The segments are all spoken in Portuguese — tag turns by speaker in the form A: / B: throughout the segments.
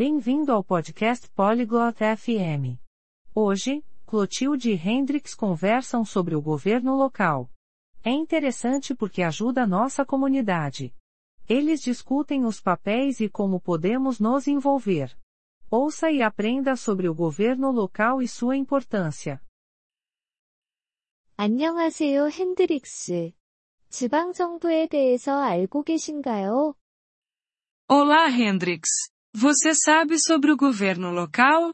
A: Bem-vindo ao podcast Polyglot FM. Hoje, Clotilde e Hendrix conversam sobre o governo local. É interessante porque ajuda a nossa comunidade. Eles discutem os papéis e como podemos nos envolver. Ouça e aprenda sobre o governo local e sua importância.
B: 안녕하세요, 핸드릭스. 지방정부에 대해서 알고 계신가요?
C: Olá, Hendrix. Você sabe sobre o governo local?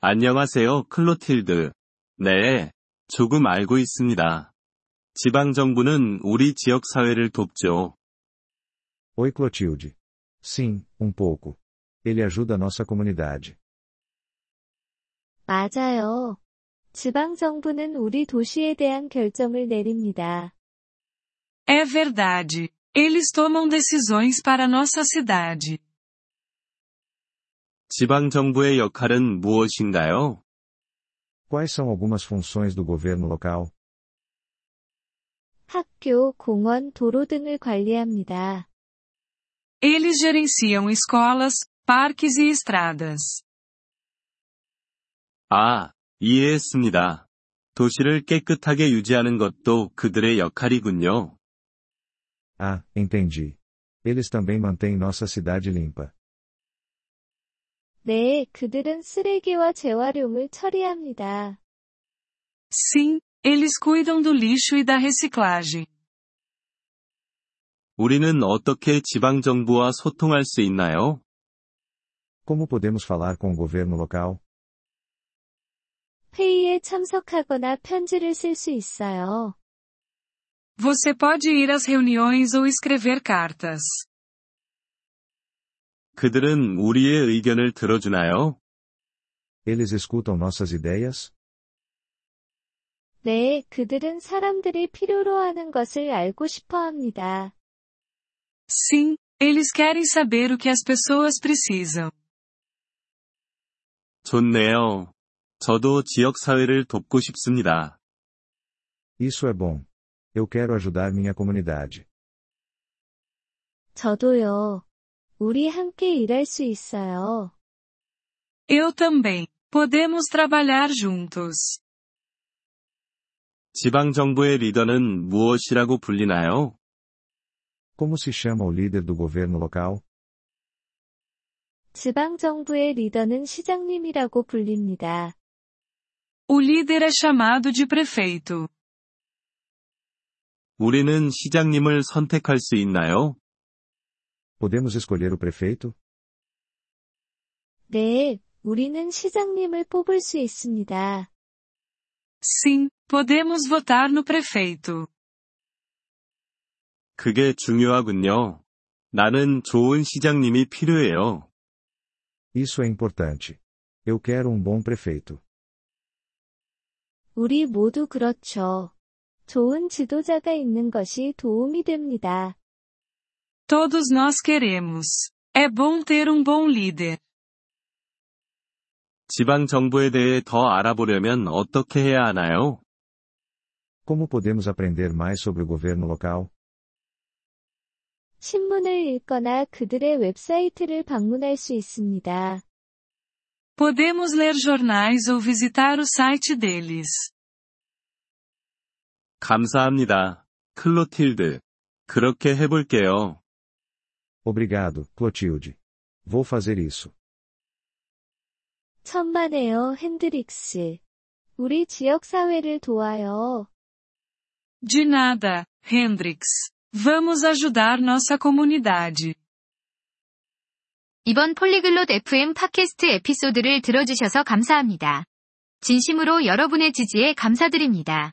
D: 안녕하세요, 클로틸드. 네, 조금 알고 있습니다. 지방정부는 우리 지역사회를 돕죠.
E: Oi, Clotilde. Sim, um pouco. Ele ajuda a nossa comunidade.
B: 맞아요. 지방정부는 우리 도시에 대한 결정을 내립니다.
C: É verdade. Eles tomam decisões para nossa cidade.
D: 지방정부의 역할은 무엇인가요?
E: Quais são algumas funções do governo local?
B: 학교, 공원, 도로 등을 관리합니다.
C: Eles gerenciam escolas, parques e estradas.
D: 아, 이해했습니다. 도시를 깨끗하게 유지하는 것도 그들의 역할이군요.
E: Ah, entendi. Eles também mantêm nossa cidade limpa.
B: 네, 그들은 쓰레기와 재활용을 처리합니다.
C: Sim, eles cuidam do lixo e da reciclagem.
D: 우리는 어떻게 지방정부와 소통할 수 있나요?
E: Como podemos falar com o governo local?
B: 회의에 참석하거나 편지를 쓸 수 있어요.
C: Você pode ir às reuniões ou escrever cartas.
D: 그들은 우리의 의견을 들어주나요?
E: Eles escutam nossas ideias?
B: 네, 그들은 사람들이 필요로 하는 것을 알고 싶어 합니다.
C: Sim, eles querem saber o que as pessoas precisam.
D: 좋네요. 저도 지역사회를 돕고 싶습니다.
E: Isso é bom. Eu quero ajudar minha comunidade.
B: 저도요. 우리 함께 일할 수 있어요.
C: Eu também. Podemos trabalhar juntos.
D: 지방정부의 리더는 무엇이라고 불리나요?
E: Como se chama o líder do governo local?
B: 지방정부의 리더는 시장님이라고 불립니다.
C: O líder é chamado de prefeito.
D: 우리는 시장님을 선택할 수 있나요?
E: Podemos escolher o prefeito?
B: 네, 우리는 시장님을 뽑을 수 있습니다.
C: Sim, podemos votar no prefeito.
D: 그게 중요하군요. 나는 좋은 시장님이 필요해요.
E: Isso é importante. Eu quero um bom prefeito.
B: 우리 모두 그렇죠. 좋은 지도자가 있는 것이 도움이 됩니다.
C: Todos nós queremos. É bom ter um bom líder.
D: 지방 정부에 대해 더 알아보려면 어떻게 해야 하나요?
E: Como podemos aprender mais sobre o governo local?
B: 신문을 읽거나 그들의 웹사이트를 방문할 수 있습니다.
C: Podemos ler jornais ou visitar o site deles.
D: 감사합니다. 클로틸드. 그렇게 해볼게요.
E: Obrigado, Clotilde. Vou fazer isso.
B: 천만에요, 핸드릭스. 우리 지역사회를 도와요.
C: De nada, Hendrix. Vamos ajudar nossa comunidade.
F: 이번 폴리글롯 FM 팟캐스트 에피소드를 들어주셔서 감사합니다. 진심으로 여러분의 지지에 감사드립니다.